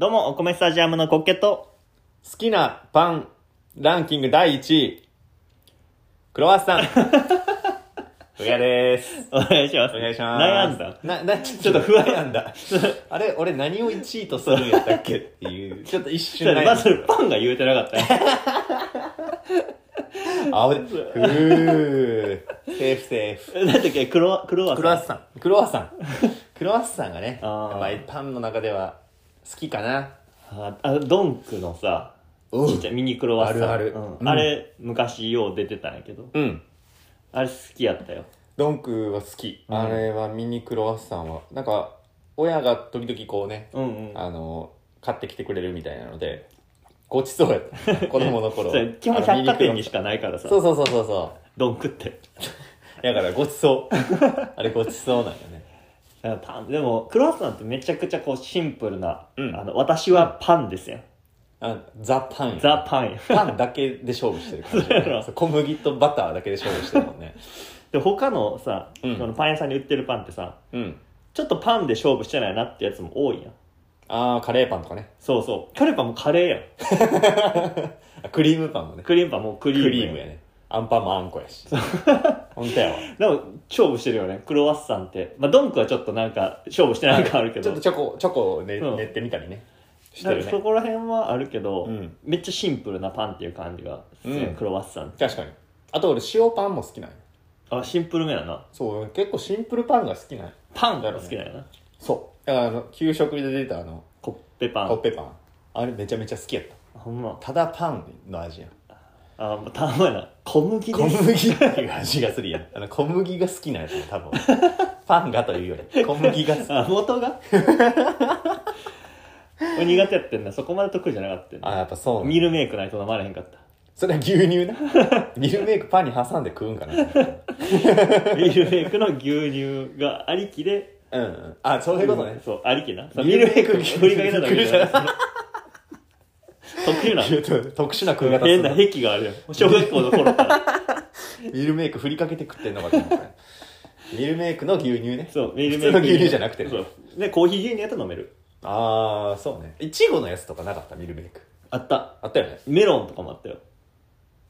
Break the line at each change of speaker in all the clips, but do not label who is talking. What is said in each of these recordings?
お米スタジアムのコッケと、
好きなパンランキング第1位、クロワッ サン。うやです。
お願いします。
お願いしま
悩
す。
んだ。
だな、な、ちょ
ちょっと不安
悩んだ。あれ、俺何を1位とするんやったっけっていう。ちょっと一瞬悩んだ
まずパンが言うてなかったね。
あ、俺、ふー。セーフセーフ。
なんだっけ、クロ、クロワッ
クロワ
サン
ッサン。クロワッサン。クロワッサンがね、
あー
やっぱりパンの中では好きかな。
ああ、ドンクのさ、
うん
ちっちゃいミニクロワッサン。
あるある
うん
うん
あれ、昔よう出てたんやけど、
うん。
あれ好きやったよ。
ドンクは好き。
ん
あれはミニクロワッサンは、なんか、親が時々こうね、
うんうん。
あの、買ってきてくれるみたいなので、ごちそう やった。子供の頃
それ。基本
あの
百貨店に
ミニク
しかないからさ
ロ、そうそうそうそうそ
ドンクって。
う。だからごちそう。 あれごちそうなんよね。
だからパン、でも、クロワッサンってめちゃくちゃこうシンプルな、
うん
あの、私はパンですよ。
あザパン。
ザ・パンや。
パンだけで勝負してる感じ、
そうやろ
ね。そう小麦とバターだけで勝負してるもんね。
で、他のさ、
うん
このパン屋さんに売ってるパンってさ、
うん。
ちょっとパンで勝負してないなってやつも多いやん。
あー、カレーパンとかね。
そうそう。カレーパンもカレーやん。
あクリームパンもね。
クリームパンもクリーム
クリームやね。アンパンもあんこやし。ほんとやわ。
でも、勝負してるよね。クロワッサンって。まあ、ドンクはちょっとなんか、勝負してない感あるけ
ち
ど。
ょっとチョコ、チョコをね、
うん
練ってみたりね。し
だから
てる
そ
ね。
こら辺はあるけど、
うん
めっちゃシンプルなパンっていう感じがするね、
うん
クロワッサンって。
確かに。あと俺、塩パンも好きなんよ
あ、シンプルめやな。
そう、結構シンプルパンが好きなんよ
パンが好きだよな。
そう。だからあの、給食で出たあの、
コッペパ
コッ
ン。
ペパン。あれめちゃめちゃ好きやっ
ほんま。
た。ただパンの味 やん。
あ、もうたまやな。小麦
小
です。
麦っていう味がするやん。あの、小麦が好きなやつね、多 分。パンがというより、小麦が好き。
あ、元がお苦手やってんな。そこまで得意じゃなかったよね
あ、やっぱそうな
ミ
の。
ルメイクないと飲まれへんかった。
それは牛乳な。ミルメイクパンに挟んで食うんかな。
ミルメイクの牛乳がありきで。
うんうん。あ、そういうことね。
そう、ありきな。そうミ
ミ
ル
ル
メ
メ
イ
イ
ク
ク
振りかけただけじゃない。特有な。
ちょっと 特殊な食い方す
変な
る。
癖があ るよ。小学校の頃から。
ミルメイク振りかけて食ってんのかと思ったね。ミルメイクの牛乳ね。
そう、ミルメイク。
普通の牛乳じゃなくてね
そう。で、コーヒー牛乳やったら飲める。
あー、そうね。いちごのやつとかなかった、ミルメイク。
あった。
あったよね。
メロンとかもあったよ。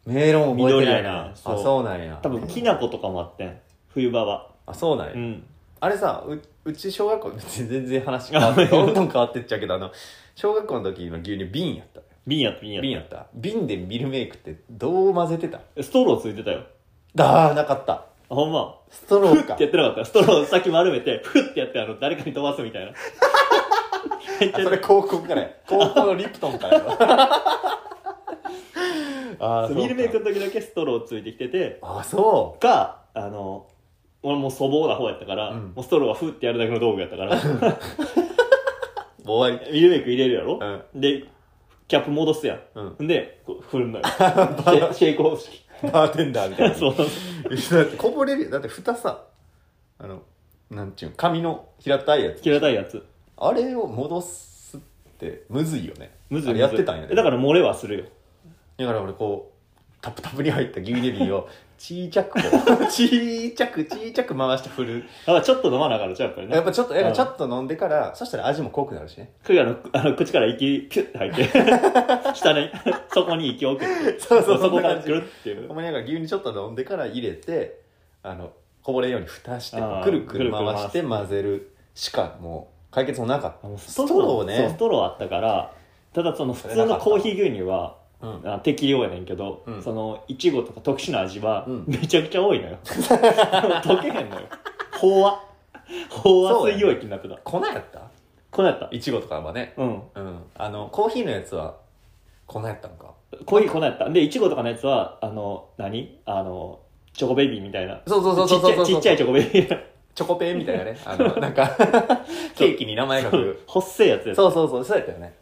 メロン覚えてない
緑や
な
ね。そう
あ、そうなんや。
多分、きな粉とかもあってん。冬場は。
あ、そうなんや。
うん。
あれさ、ううち小学校、全然話変わって、どんどん変わってっちゃうけど、あの、小学校の時の牛乳瓶やった。
瓶やった、瓶や
瓶や
っ
った。瓶でミルメイクってどう混ぜてた
た。ストローついてたよ。
だー、なかった。
あほんま。
ストロ
ふ
ー
っ
か
て。やってなかった。ストロー先丸めて、ふってやって、あの、誰かに飛ばすみたい な。めっち
あ
ゃ
それ高校からや。高校のリプトンから や。
そう
あー、そうか
ミルメイク。の時だけストローついてきてて、
あ、そ
か、あの、俺もう粗暴な方やったから、
うん
もうストローはフってやるだけの道具やったから、
う。もう終わり。
ミルメイク入れるやろ、
う
で、キャップ戻すやん。
う
で、こう振るの よ。シェシェイク方式。
バーテンダーみたいな。
そう。
だってこぼれるよだって蓋さあのなんちゅうん紙の平たいやつ
平たいやつ。
あれを戻すってむずいよね
むずい
あれやってたんや
むず
ね
いだから漏れはするよ。
だから俺こうタプタプに入った牛乳 瓶をちいちゃくこうちいちゃくちいちゃく回して振る
だからちょっと飲まなあかんのちゃうやっぱりね。
やっぱちょっとやっぱちょ
と。
っと飲んでからそしたら味も濃くなるしね
クガのあの口から息、ピュッて入って、 下に、そこに息を送って、
そうそう
そこから
そんな感
く
じ
るっていう
お。前なんか牛乳ちょっと飲んでから入れてあのこぼれんように蓋して
あー
くるくる回
くるく
して混ぜるしかもう解決もなかった
あの
ストロー
そう
ね
ストローあったからただその普通のコーヒー牛乳は
うん
あ適量やねんけど、
うん
そのいちごとか特殊な味は
うん
めちゃくちゃ多いの よ、溶けへんのよ飽和飽和水溶液になってた
粉やった
こうやった
いちごとかはね
うん
うんあのコーヒーのやつは粉やったんか
コーヒーこうやったでいちごとかのやつはあの何あのチョコベビーみたいな
そうそうそうそうそう
ちっちゃいちっちゃいチョコベビー
チョコペンみたい なねあのなんかケーキに名前がくる
細いやつやつ
そうそうそうそうやったよね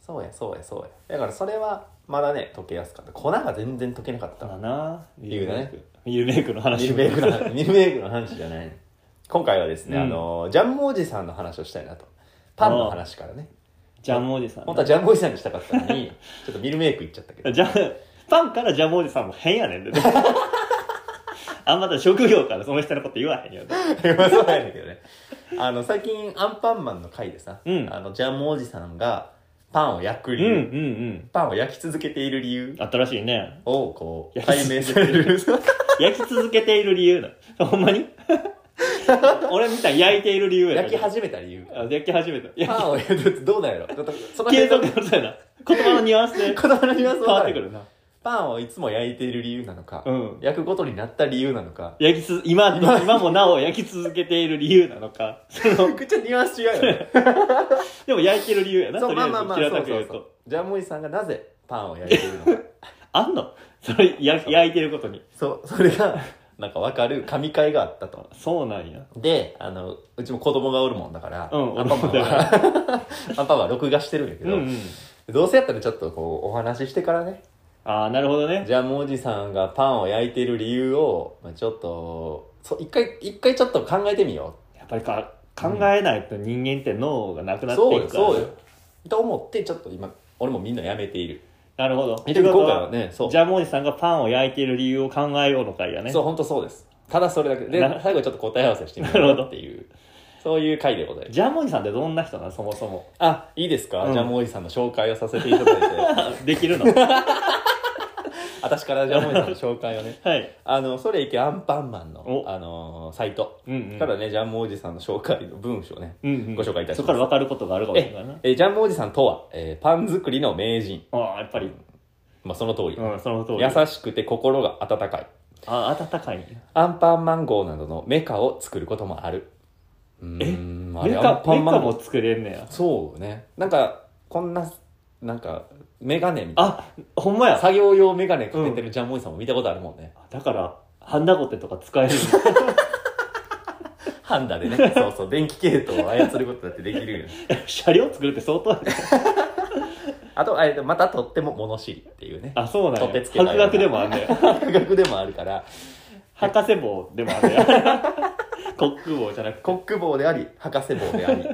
そうやそうやそうやだからそれはまだね溶けやすかった粉が全然溶けなかった
だなミ
理
ル
由
メ
だ
イ
ね
クミルメイクの
ミ
話
ルメイクの 話ミルメイクの話じゃない今回はですね、
うん
あのジャンムおじさんの話をしたいなとパンの話からね
ジャムおじさんね
本当はジャンムおじさんにしたかった のにちょっとミルメイクいっちゃったけど
じゃパンからジャムおじさんも変やねんで、ね、あんまだ職業からその人のこと言わへんよ、ね、
まあそうなんだけどね。あの、最近、アンパンマンの回でさ、
うん
あの、ジャムおじさんが、パンを焼く
うん
理
うん
由、
うん。
パンを焼き続けている理由
新しいね。
をこう
焼き
解明される
焼き続けている理由だ。 ほんまに俺みたいに焼いている理由や
焼き始めた理由
あ焼き始めた。いや
パンを焼くってどうなんやろだってその
継
辺の
続そうやな。言葉のニュアンスで
言葉のニュアン
変
ス分から
わっ
ん
てくるな。
パンをいつも焼いている理由なのか、
うん。
焼くことになった理由なのか
焼きつ、今、
今
今もなお焼き続けている理由なのか。その、
めっちゃニュアンス違うよね
でも焼いてる理由やな。
そ
と
う
りあ
ま
え
あ
ず
まあまあ
平
そ
た
う
く
そ
言う
うそ
と
う。ジャムイさんがなぜパンを焼いているのか
あんのそれ、や焼いてることに。
そうそれがなんか分かる神会があったと
そうなんや。
であのうちも子供がおるもんだから、
うん
アンパンマンは アンパンマンは録画してるんやけ
うん
ど、
うん。
どうせやったらちょっとこうお話ししてからね
ああ、なるほどね。
ジャムおじさんがパンを焼いてる理由を、まあ、ちょっとそう一回一回ちょっと考えてみよ
やっぱりか考えないと人間って脳がなく
う
なってい
そうよ
くからね、
そうよと思ってちょっと今俺もみんなやめている
なるほど。と
今
いう
回
こと
は
は、
ねそう
ジャムおじさんがパンを焼いている理由を考えようの会やね。
そう本当そうですただそれだけで
な
最後ちょっと答え合わせしてみ
な
よ
る
う
ほど
っていうそういう回でございます
ジャムおじさんってどんな人なのそもそ も。
あいいですか、
うん
ジャムおじさんの紹介をさせていただ いて
できるのは
私からジャムおじさんの紹介をね
い。
あのそれいけアンパンマンの
お
あのーサイト
うん、うん。
からね、ジャムおじさんの紹介の文章をね
うんうん、
ご紹介いたします
そこから分かることがあるかもしれないな
え。えジャムおじさんとは、えーパン作りの名人、
ああ、やっぱり、
まあ、その通り、
うん、その通り。
優しくて心が温かい
あ、温かい。
アンパンマン号などのメカを作ることもあるうーんあ
メ
れア
カ
ン、パ
メ
ンマ
カ
ン号
も作れんねや。
そうねなんかこんななんかメガネみたい
あ、ほんま
な
や。
作業用メガネかけてるジャムおじさんも見たことあるもんね、
だから、ハンダゴテとか使える。
ハンダでね そうそう電気系統を操ることだってできるよね
車両作るって相当やね
あとあれまたとっても物知りってい うね
あ、そうなん
取って
や。
つけたよ
博学でもあんねや。
博学でもあるから
博士帽でもあんねや。 コック帽じゃなくて。
コック帽であり博士帽でありっ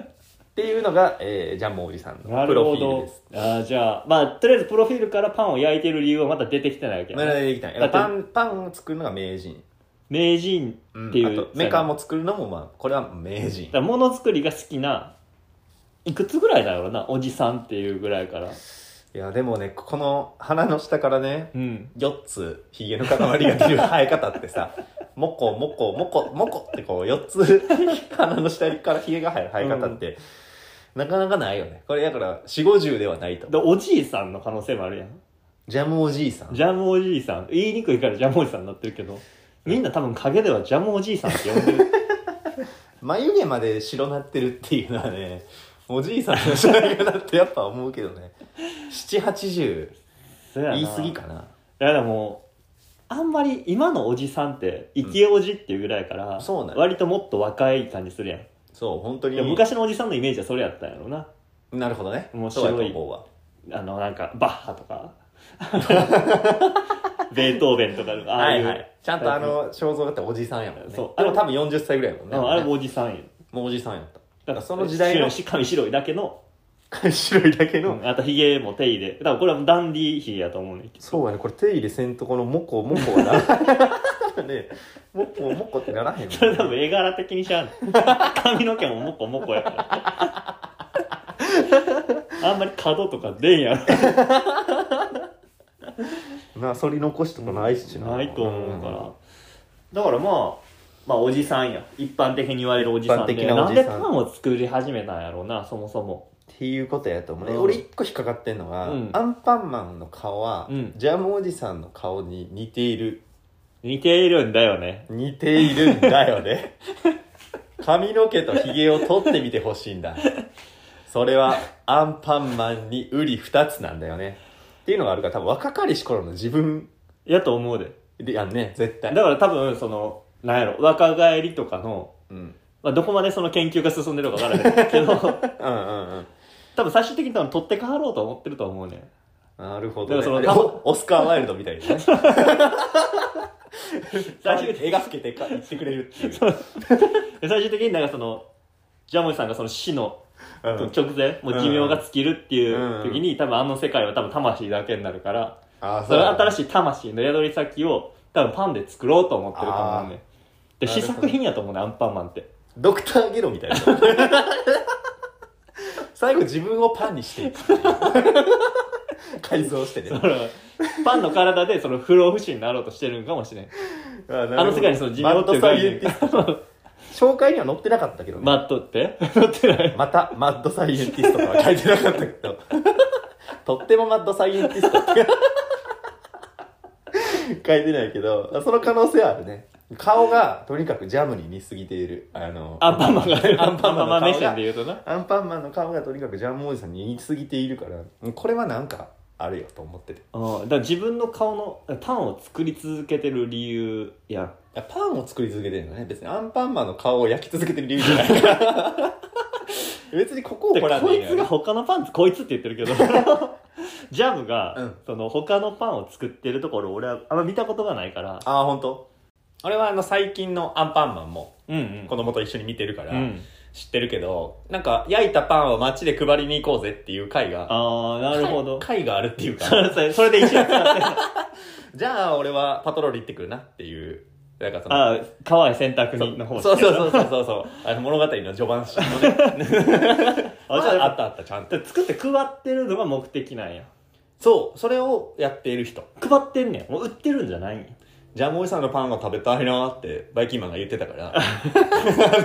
ていうのが、えージャンボおじさん
な
のプ
る
ロ
ほ
フィールで
ど
す。
あーじゃあ、まあ、とりあえずプロフィールからパンを焼いてる理由はまだ出てきてないわけや
ま
ね、
だできたん
だ
や
って
パンパンを作るのが名人、
名人
うん
っていう、
あとメカも作るのもまあこれは名人
だからものづくりが好きないくつぐらいだろうなおじさんっていうぐらいから
いやでもねこの鼻の下からね
うん
4つひげの塊が出る生え方ってさ モコモコモコモコってこう4つ 鼻の下からひげが生える生え方って、なかなかないよねこれだから4 5 0ではないと
でおじいさんの可能性もあるやん
ジャムおじいさん
ジャムおじいさん言いにくいからジャムおじさんになってるけどみんな多分陰ではジャムおじいさんって呼んでる
眉毛まで白なってるっていうのはねおじいさんの白髪だってやっぱ思うけどね780
そうやな
言い過ぎかない
やでもあんまり今のおじさんって生きおじっていうぐらいから、
んそうなんや
割ともっと若い感じするやん
そう本当
い
に
や昔のおじさんのイメージはそれやったんやろうな
なるほどね
もう
そうやと
白い
思うわ
あのなんかバッハと かベートーベンとかああ
は
いう、
いはいちゃんとあの肖像画っておじさんやもんね
そう
でも多分40歳ぐらいやもんね
うんあれもおじさんや
もうおじさんやった
だ
からその時代の
白髪白いだけの、
白いだけ
うんあとひげも手入れ多分これはダンディひげやと思うねんけど
そうやねこれ手入れせんとこのモコモコはな らねモコモコってならへんもんね
それ多分絵柄的にし ゃあない髪の毛もモコモコやからあんまり角とか出んやろ
な反り残しとかないしな
ないと思うから、だからまあまあおじさんや一般的に言われるおじさんで
一般的なお
ん
じさ
で
ん
パンを作り始めたんやろうなそもそも
っていうことやと思うね、
うん
俺一個引っかかってんのが、
うん
アンパンマンの顔は、
うん
ジャムおじさんの顔に似ている
似ているんだよね
似ているんだ よね髪の毛とひげを取ってみてほしいんだそれはアンパンマンにうり二つなんだよねっていうのがあるから多分若かりし頃の自分
やと思うで
でやんね絶
だ
対、
から多分そのなんやろ若返りとかの
うん、うん
まあ、どこまでその研究が進んでるかわから ないけど
うんうん
多分最終的に多分取って代わろうと思ってると思うね
なるほ
だ
ど、ね、
からその
あれおオスカー・ワイルド みたいにね
最終的
絵が更けてか言ってくれるっていう
で最終的になんかそのジャムさんがその死の
うん
直前、もう寿命が尽きるってい
うん
う時に、多分あの世界は多分魂だけになるから、
あー
その
だね
新しい魂の宿り先を多分パンで作ろうと思ってると思うねで
なる
試
ほ ど
作品やと思うねアンパンマンって
ドクターゲロみたいな。最後自分をパンにしていくっていう 改造してね
そのパンの体でその不老不死になろうとしてるんかもしれん
あ
あの世界にその寿命っていう概念
マッドサイエンティスト紹介には載ってなかったけどね、
マットって乗ってない
またマッドサイエンティストとは書いてなかったけど とってもマッドサイエンティストって書いてないけどその可能性はあるね顔がとにかくジャムに似すぎているあの
アンパンマンが
アンパンマンの顔が
ア目線で言うとな
アンパンマンの顔がとにかくジャムおじさんに似すぎているからこれはなんかあるよと思ってて
うんだから自分の顔のパンを作り続けてる理由やん
いやパンを作り続けてるのね別にアンパンマンの顔を焼き続けてる理由じゃないから別にここを
で
掘らん
こ
でい
い
いの
つ
よね
が他のパンツこいつって言ってる けどジャムが、
うん
その他のパンを作ってるところ俺はあんま見たことがないから
ああ本当俺はあの最近のアンパンマンも
うんうん
子供と一緒に見てるから
うん、
知ってるけど、なんか焼いたパンを街で配りに行こうぜっていう会が
ああなるほど
会会があるっていう
そ
か
れ それそれで一緒に使ってる
じゃあ俺はパトロール行ってくるなっていうなんかその
ああ可愛い洗濯人の方
そうそうそうそうそうそうあの物語の序盤シ ーンのね
あじゃあ
あったあったちゃんと
で作って配ってるのが目的なんや
そうそれをやっている人
配ってんねんもう売ってるんじゃないんや
ジャムおじさんのパンが食べたいなーってバイキンマンが言ってたからあ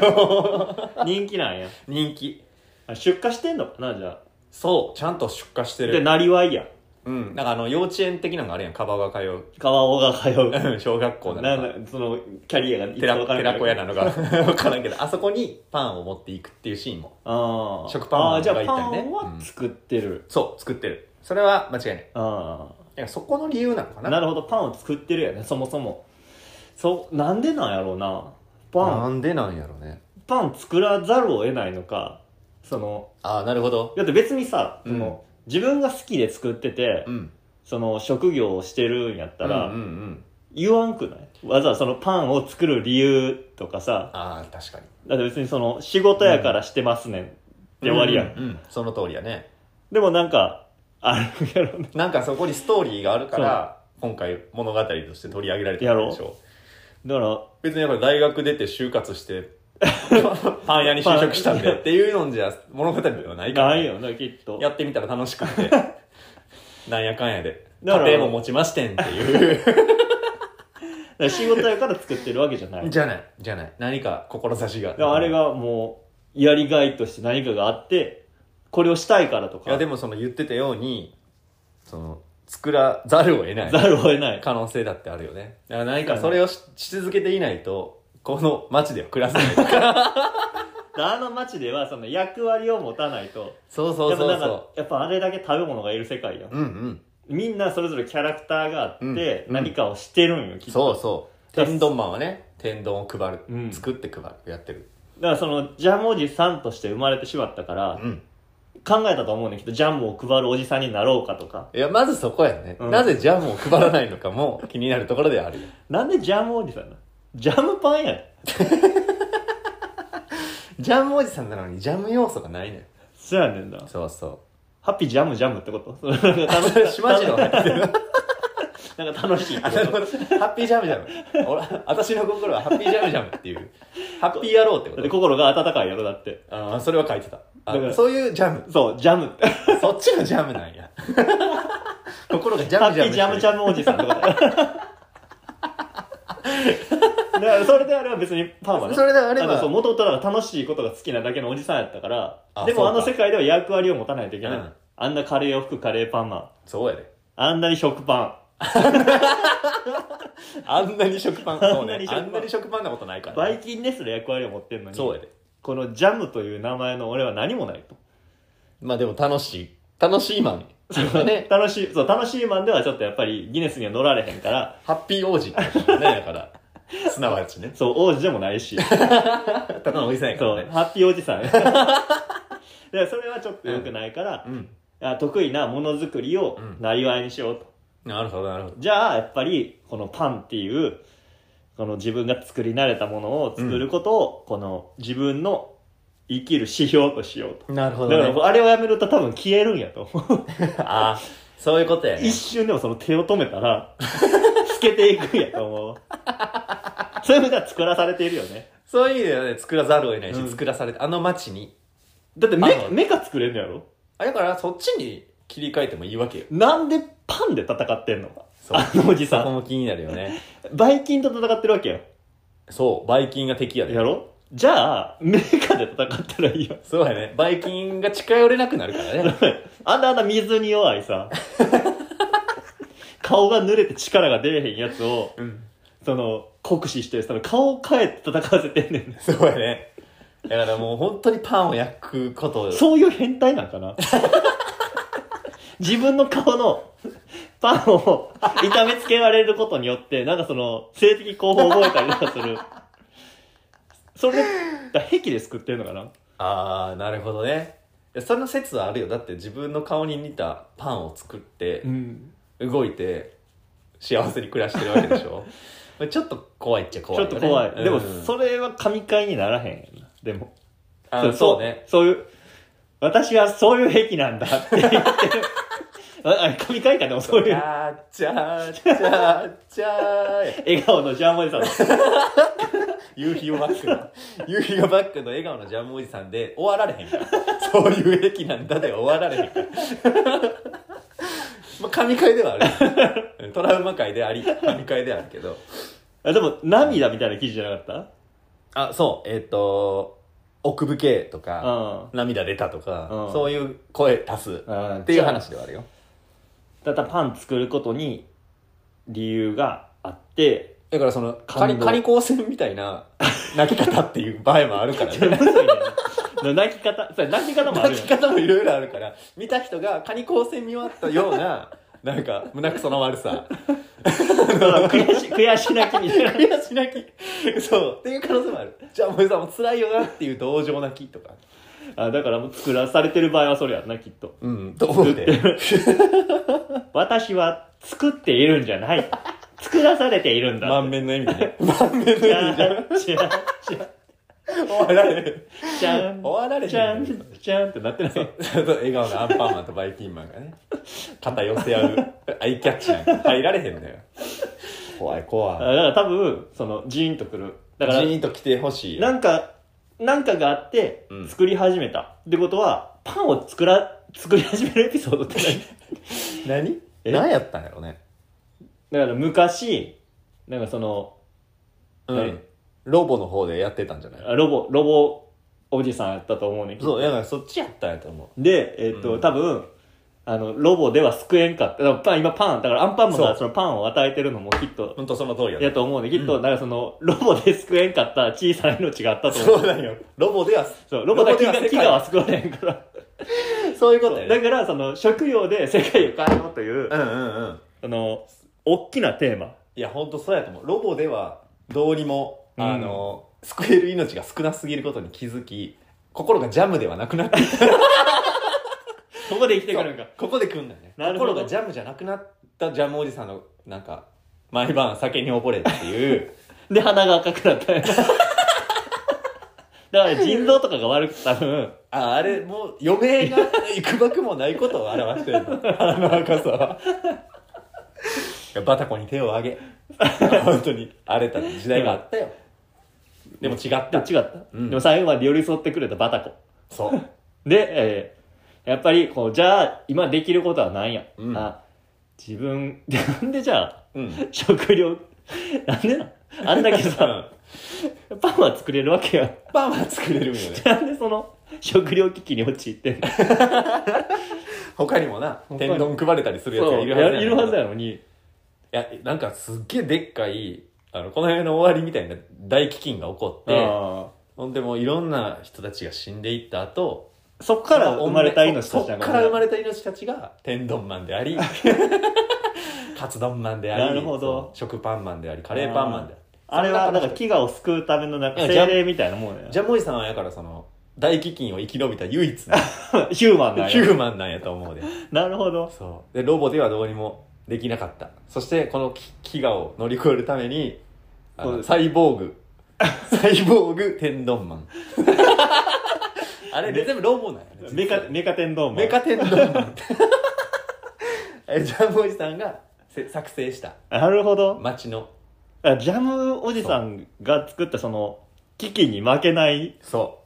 の
人気なんや
人気
あ出荷してんのかなじゃあ
そうちゃんと出荷して
で
る
なりわいや
うんなんかあの幼稚園的なのがあるやんカバが通う
川尾が通う
小学校な
な
のか
んだそのキャリアがい
寺
わからん
寺子屋なのか 分からんけどあそこにパンを持っていくっていうシーンも
あー
食パンマ
あ
ン
ーじゃ
が
あ
い
パ
たりね
ンは作ってる、
そう作ってるそれは間違いない
ああ
いやそこの理由なのかな
なるほどパンを作ってるやねそもそもそうなんでなんやろうなパン
んでなんやろね
パン作らざるを得ないのかその
ああなるほど
だって別にさ、
うん
その自分が好きで作ってて、
うん
その職業をしてるんやったら、
うんうんうん
言わんくないわざわざそのパンを作る理由とかさ
ああ確かに
だって別にその仕事やからしてますねんって終わりやん、
うん、うんその通りやね
でもなんかあるやろな
なんかそこにストーリーがあるから今回物語として取り上げられてるんでしょ
だから
別にやっぱり大学出て就活して パン屋に就職したんでっていうのじゃ物語ではないから、
な
ね、
いよなきっと
やってみたら楽しく てなんやかんやで
だから
家庭も持ちましてんって いう
だから仕事やから作ってるわけじゃない
じゃないじゃない何か志が
であれがもうやりがいとして何かがあってこれをしたいからと
い
か
やでもその言ってたようにその作らざるを得ない
ざるを得ない
可能性だってあるよねだから何かそれをしし続けていないとこの街では暮らせないとか
あの街ではその役割を持たないと
そうそうそう
やっぱなん
そ
かやっぱあれだけ食べ物がいる世界よ
ううんうん
みんなそれぞれキャラクターがあって、
うんうん
何かをしてるんよきっと
そうそう天丼マンはね天丼を配る、
うん
作って配るやってる
だからそのジャムおじさんとして生まれてしまったから、
うん
考えたと思うねんけどジャムを配るおじさんになろうかとか
いやまずそこやね、
うん
なぜジャムを配らないのかも 気になるところではあるよ
なんでジャムおじさんなのジャムパンやん
ジャムおじさんなのにジャム要素がないのよ。
そうやねんな
そうそ
ハッピージャムジャムってこと そのなんか
う。それ島次郎入ってる。
なんか楽しいって
あ
こと
なるほどハッピージャムジャム。俺、私の心はハッピージャムジャムっていう。ハッピー野郎って
だっ
こ
て
と
心が温かいやろだって
ああ、それは書いてた。
だから
あそういうジャム。
そうジャム
そっちのジャムな んや。心がジ
ハ
ャム
ッ
ジ
ピ
ャ
ージャ
ム
ムジ
ャ
ャムおじさんとかだだ からそれであれば別にパンはね
それであれば
のそう元々だから楽しいことが好きなだけのおじさんやったから
あ
で
そう
も
か
あの世界では役割を持たないといけない、
うん
あんなカレーを吹くカレーパンマン
そうやで。
あんなに食パ
あんなに食パン。そう
あんな
ね
に。食パ
あ
ン
んなに食パンなことないか
ン
ら
バ
ね。
イキンですら役割を持ってんのに
そうやで。
このジャムという名前の俺は何もないと
まあでも楽しい。楽しいマン。ね。
楽しいそう楽しいマンではちょっとやっぱりギネスには乗られへんから
ハッピー王子ってことだね。だから。すなわちね。
そう王子でもない し
ただのおじさんやか
そ
ら
う、
ね。
ハッピーおじさん。だ からそれはちょっと良くないから、
うん。
あ得意なものづくりを
うん
なりわいにしようと。
なるほど、なるほど。
じゃあ、やっぱり、このパンっていう、この自分が作り慣れたものを作ることを、この自分の生きる指標としようと。
なるほ
だか
ど、ね。
ら、あれをやめると多分消えるんやと思う。
ああ、そういうことやね
一。瞬でもその手を止めたら、 透けていくんやと思う。そういうふうには作らされているよね。
そういう意味ではね、作らざるを得ないし、
うん
作らされて、あの街に
だって
あ
メ
の
メカ作れんのやろ
あだからそっちに切り替えてもいいわけよ
なんでパンで戦ってんの
そう
あのおじ
そ
さ
こ
ん
も気になるよね
バイキンと戦ってるわけよ
そうバイキンが敵やで
やろじゃあメカで戦ったらいいよ
そうやねバイキンが近寄れなくなるからね
あんなあんな水に弱い さ顔が濡れて力が出えへんやつを
うん
その酷使してその顔を変えて戦わせてんねん
そうやねだからもう本当にパンを焼くこと
そういう変態なんかな自分の顔のパンを痛めつけられることによって、なんかその、性的興奮を覚えたりとかする。それで、だから癖で作ってるのかな
ああなるほどねいやその説はあるよだって自分の顔に似たパンを作って
ん。
動いて幸せに暮らしてるわけで しょまあちょっと怖いっちゃ
ち
怖い
ょ
よ
っ
ね
と怖い。でも、
うん
それは神回にならへんやな。でも。
あそうそうね
そういう、私はそういう癖なんだって 言ってる。ああ神回かでもそう
じ
いう
ゃーじゃーじゃーじゃー
笑顔のジャンボイさんの
夕日をバッ クの夕日がバックの笑顔のジャムおじさんで終わられへんからそういう駅なんだで終わられへんからまあ神回ではあ るトラウマ回であり神回ではあるけど
あでも、涙みたいな記事じゃなかっ
あそうえっ、と奥深けと
た
か、
うん。
涙出たとか、
うん
そういう声足すっ
って
いう話ではあるよ
だったらパン作ることに理由があって
だからその
感動
仮仮光線みたいな泣き方っていう場合もあるからね
むずいね泣き方それ泣き方もある
泣
よ
き方もいろいろあるから見た人がカニ光線見終わったよう ななんか胸くその悪さ
悔し悔し泣きみたいな
悔し泣きそうっていう可能性もあるじゃあ森さんも辛いよなっていう同情泣きとか
あだからもう作らされてる場合はそれやんなきっと
うんと思うて
私は作っているんじゃない作らされているんだ
満面の笑みでね 満面の
じ
笑
ゃ
みじゃん
んじゃんじゃん
終わられる
じゃん
終わられへん
じゃんじゃんってなってない
そう笑顔のアンパンマンとバイキンマンがね肩寄せ合うアイキャッチなんか入られへんのよ怖
あ
い
だ
怖い
から多分そのジーンとくるだから
ジーンと来てほしいよ
なんか、なんかがあって
うん、
作り始めた。ってことは、パンを作ら、作り始めるエピソードっ てない
何
え
何やったんやろね
だから昔、なんかその、
う
何
んロボの方でやってたんじゃない
ロボ、ロボおじさんやったと思うねん
そう、だからそっちやったんやと思
で、えっ、と、
うん
多分、あの、ロボでは救えんかった。だからパン、今パン、だからアンパンマン
そう
がそのパンを与えてるのもきっ
う。
と、
ほんとその通りや
や
ね。
と思うねん。きっ
う
と、だからその、ロボで救えんかった小さな命があったと
そ
思う。
うだよ。ロボでは、
そう、ロボだけ
ロボでは世界
飢餓は救われへんから。
そういうことや
だ
ね。
から、その、食料で世界を変えようという、
うんうんうん。
あの、大きなテーマ。
いや、ほんとそうやと思う。ロボでは、どうにも、
うん
あの、救える命が少なすぎることに気づき、心がジャムではなくなってき
ここで生きてくるん か。
ここで来んだよね。
なるほど
心がジャムじゃなくなったジャムおじさんの、なんか、毎晩酒に溺れっていう、
で、鼻が赤くなった よだから腎臓とかが悪くて多分、
あ、あれ、もう、余命が、いくばくもないことを表してる の。あの赤さは。いやバタコに手を挙げ。本当に、荒れた時代があったよ。でも違っ
で
た
も。違った、
うん
でも最後まで寄り添ってくれたバタコ。
そう。
で、えーやっぱりこう、じゃあ、今できることは何や、
うん
あ自分、なんでじゃあ、
うん。
食料、なんでなんあんだけさ、パンは作れるわけや。
パンは作れるんよね。
なんでその、食料危機に陥ってんの
他にもな、
他に
天丼配れたりするやつがいるはず
や
や
いるはずやのに。
いや、なんかすっげえでっかい、あの、この辺の終わりみたいな大飢饉が起こって、
あ
ほんでもういろんな人たちが死んでいった後、
ーそっから生まれた命たち
そ
な
っ
んか
から生まれた命たちが天丼マンで ありカツ丼マンであり
なるほど
そう食パンマンでありカレーパンマンであり
あれはなんか
そ
飢餓を救うためのなんか
いや
精
ジャン
霊みたいなもんや
ジャムおじさんはやからその大飢饉を生き延びた唯一の
ヒューマンなん
ヒ
や
ューマンなんやと思うで
なるほど
そうでロボではどうにもできなかったそしてこのき飢餓を乗り越えるためにあ
そうで
の
す
サイボ ーグサイボーグ天丼マンあれ、全部ロボなんやね実は
メカメカテンドーム
メカテンドームえジャムおじさんがせ作成した
なるほど
街の
あジャムおじさんが作ったその危機に負けない
そ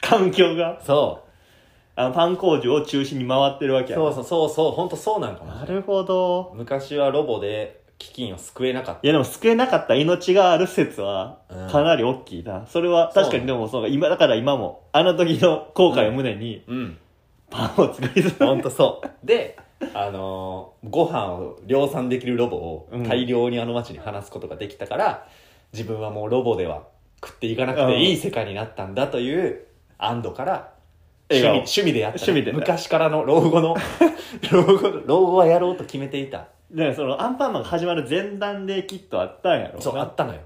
環境
う
が
そ
あのパン工場を中心に回ってるわけや
そうそうそうそう本当そうなんかもしれ
な
ない
るほど
昔はロボで基金を救えなかっ
いやでも救えなかった命がある説は
うん
かなり大きいな、それは確かにでもそう今だから今もあの時の後悔を胸に
たうん
パンを作り 続け
ほんとそうであのーご飯を量産できるロボを
うん
大量にあの町に放すことができたから、自分はもうロボでは食っていかなくていい世界になったんだという安堵から
笑
趣
顔
味趣味でやった、
趣味で
昔からの老後 の老後の老後はやろうと決めていた
でそのアンパンマンが始まる前段できっとあったんやろ
そうあったのよ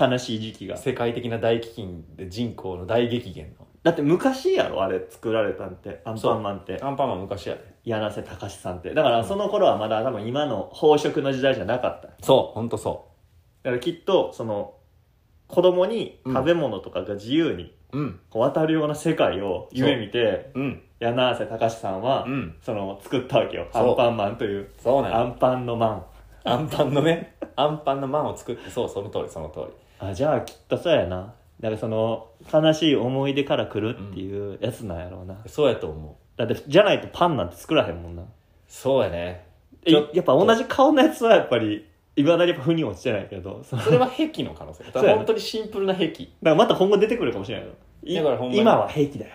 悲しい時期が
世界的な大飢饉で人口の大激減の
だって昔やろあれ作られたんてアンパンマンって
アンパンマン昔やで
柳瀬隆さんってだからその頃はまだ多分今の飽食の時代じゃなかっただ
そうほんとそ
からきっとその子供に食べ物とかが自由に
ううん
こう渡るような世界を夢見て
うん
柳瀬隆さんは、
うん
その作ったわけよ
そ
ア
う
ンパンマンという
そうなん
ア
よ
ンパンのマン
アンパンのね、アンパンのマンを作って、そう、その通り、その通り。
あじゃあきっとそうやなだからその悲しい思い出から来るっていうやつなんやろうな、
そうやと思う。
だってじゃないとパンなんて作らへんもんな
そうやね。
え
ちょっと
やっぱ同じ顔のやつはやっぱりいまだにやっぱ腑に落ちてないけどそのだ
そ
か
れは癖の可能性。だ
そう
か
や
ら
ね
本当にシンプルな癖。
らまた今後出てくるかもしれないよい
だからほんまに
今は平気だよ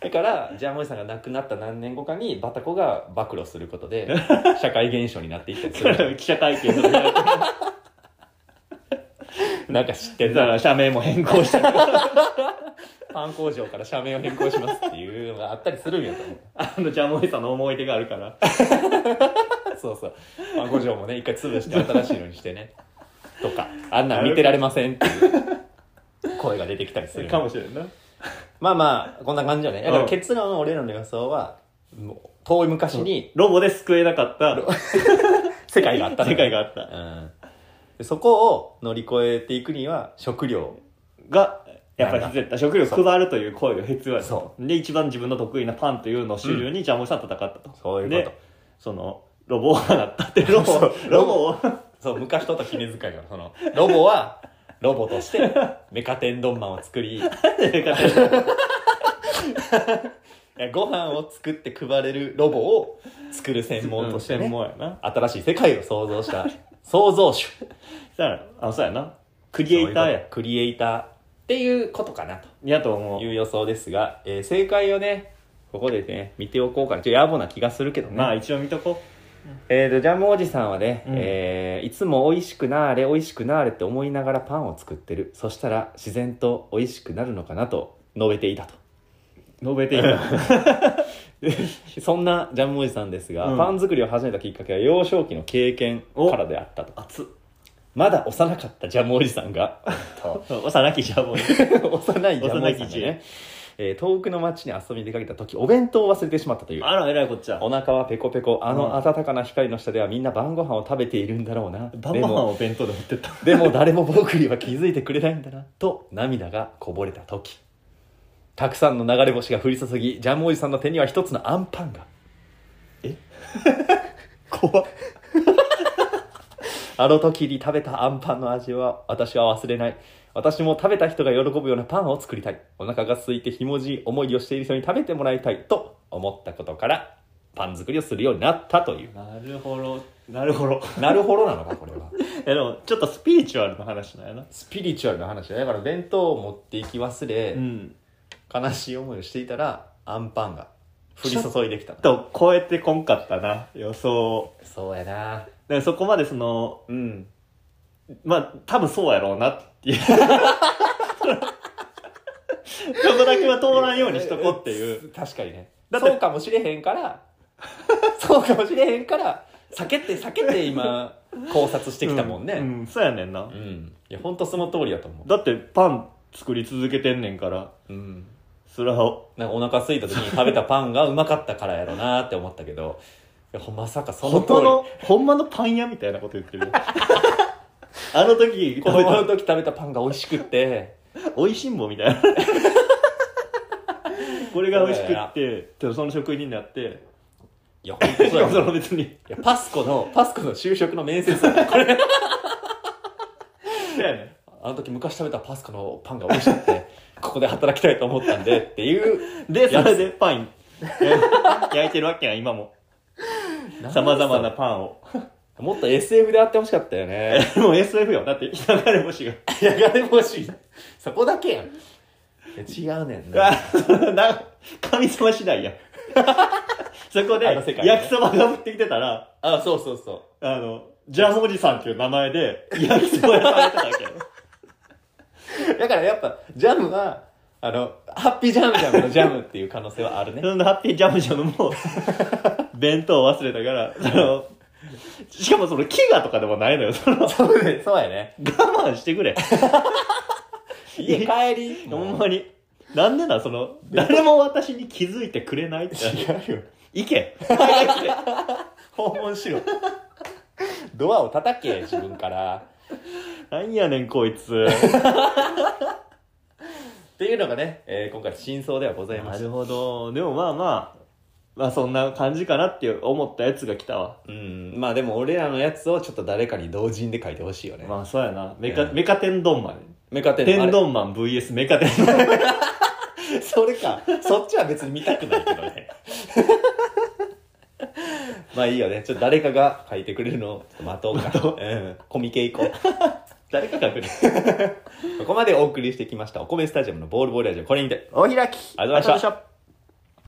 だから、ジャムイさんが亡くなった何年後かに、バタコが暴露すること で、社会現象になっていったりす
それ
る。
は 記者会見とかやっ
なんか知って
て
る
だから社名も変更したり
パン工場から社名を変更しますっていうのがあったりするんやと思う。
あのジャムイさんの思い出があるから
そうそう。パン工場もね、一回潰して新しいのにしてね。とか、あんなん見てられませんっていう声が出てきたりする。
かもしれんな
まあまあ、こんな感じよね。だか
う
ら
ん
結論、俺らの予想は、もう遠い昔に
ロボで救えなかった
世界があったのよ
世界があった
うんで。そこを乗り越えていくには、食料。
がやっぱり必要だった食料配るという行為が必要だった
そ
で一番自分の得意なパンというのを主流にジャムイさんと戦ったと、
そういうこ
でそのロボを放ったってロボ
そう
ロボを
と。そう、昔とった絹遣いが、その、ロボは、ロボとして、メカテンドンマンを作り、いやご飯を作って配れるロボを作る専門として、ね
専門やな
新しい世界を創造した、創造主。
だからあそうやなクリエイターや
クリエイターっていうことかなと。
やと思う
いう予想ですが、えー正解をねここでね見ておこうかなちょっと野暮な気がするけどね、
まあ一応見とこ
えー、とジャムおじさんはね、
うん
えーいつも美味しくなーれ美味しくなーれって思いながらパンを作ってるそしたら自然と美味しくなるのかなと述べていたと
述べていいな
そんなジャムおじさんですが、
うん
パン作りを始めたきっかけは幼少期の経験からであったと
熱っ
まだ幼かったジャムおじさんが
幼きじゃもう
幼いジャムおじさん
幼き
が
ジェ
ね、えー遠くの町に遊びに出かけた時お弁当を忘れてしまったという
あら偉いこっちゃ
お腹はペコペコあの暖かな光の下ではみんな晩ご飯を食べているんだろうな
晩
で
ご飯
も
を弁当で持ってった
でも誰も僕には気づいてくれないんだなと涙がこぼれた時たくさんの流れ星が降り注ぎジャムおじさんの手には一つのアンパンが
怖っ
あの時に食べたアンパンの味は私は忘れない私も食べた人が喜ぶようなパンを作りたいお腹が空いてひもじい思いをしている人に食べてもらいたいと思ったことからパン作りをするようになったという
なるほどなるほど
なるほどなのかこれは
えでもちょっとスピリチュアルな話なんやな
スピリチュアルな話だよだから弁当を持っていき忘れ、
うん
悲しい思いをしていたらアンパンが降り注いできたの
と超えてこんかったな予想を
そうや
だ
な
からそこまでその
うん
まあ多分そうやろうなっていう そこだけは通らんようにしとこうっていう
確かにね
だって
そうかもしれへんから そうかもしれへんから避けて避けて今考察してきたもんね
ううんそうやねんな、
うん、いや本当その通りだと思
だってパン作り続けてんねんから
ううん
それは
なんかお腹空いた時に食べたパンがうまかったからやろなって思ったけどいやほんまさかその
本
通
当
り
のほんまのパン屋みたいなこと言って るよあの時
子
食べ
供
た
の時食べたパンが美味しくって
おいしんぼみたいなこれが美味しくってでもその職員になって
いや本当
し
そう
か
や
もその別に
いやパスコの、パスコの就職の面接だよこれ。
そうやね
あの時昔食べたパスカのパンが美味しくて、ここで働きたいと思ったんで、っていう。
で、そ
やつ
れでパン、 焼いてるわけやん、今も。様々な。パンを。
もっと SF であってほしかったよね。
でも SF よ。だって、流れ星が。
やがれ星。そこだけやん。いや違うねんな。
あ な神様次第やん。 そこで
あの世界、ね
焼きそばが降ってきてたら、
あ、そうそうそう。
あの、ジャムおじさんっていう名前で、焼きそば屋さんやってたわけ やん。
だからやっぱ、ジャムは、あの、ハッピージャムジャムのジャムっていう可能性はあるね。
そんなハッピージャムジャム も、弁当を忘れたから、その、しかもその、飢餓とかでもないのよ。その、
そうね、そうやね。
我慢してくれ。
家帰り。
ほ
も
ん
う
まに。なんでな、その、誰も私に気づいてくれないって。
違うよ。
行 け。
訪問しろ。ドアを叩け、自分から。
なんやねん、こい つ。
っていうのがね、えー今回の真相ではございま
な
す。
るほど。でもまあまあ、まあそんな感じかなって思ったやつが来たわ。
うん。まあでも俺らのやつをちょっと誰かに同人で書いてほしいよね。
まあそうやな。メ
う
カ、
ん
メカテンドンマン。
メカテン
テン
あ
ドンマン VS メカテンドンマン。
れ それか。そっちは別に見たくないけどね。 まあいいよね。ちょっと誰かが書いてくれるのをちょっと待とうか。うん。コミケ行こう。
誰かが来る。
ここまでお送りしてきましたお米スタジアムのボールボールラジオこれにて
お開き。
ありがとうございました
した。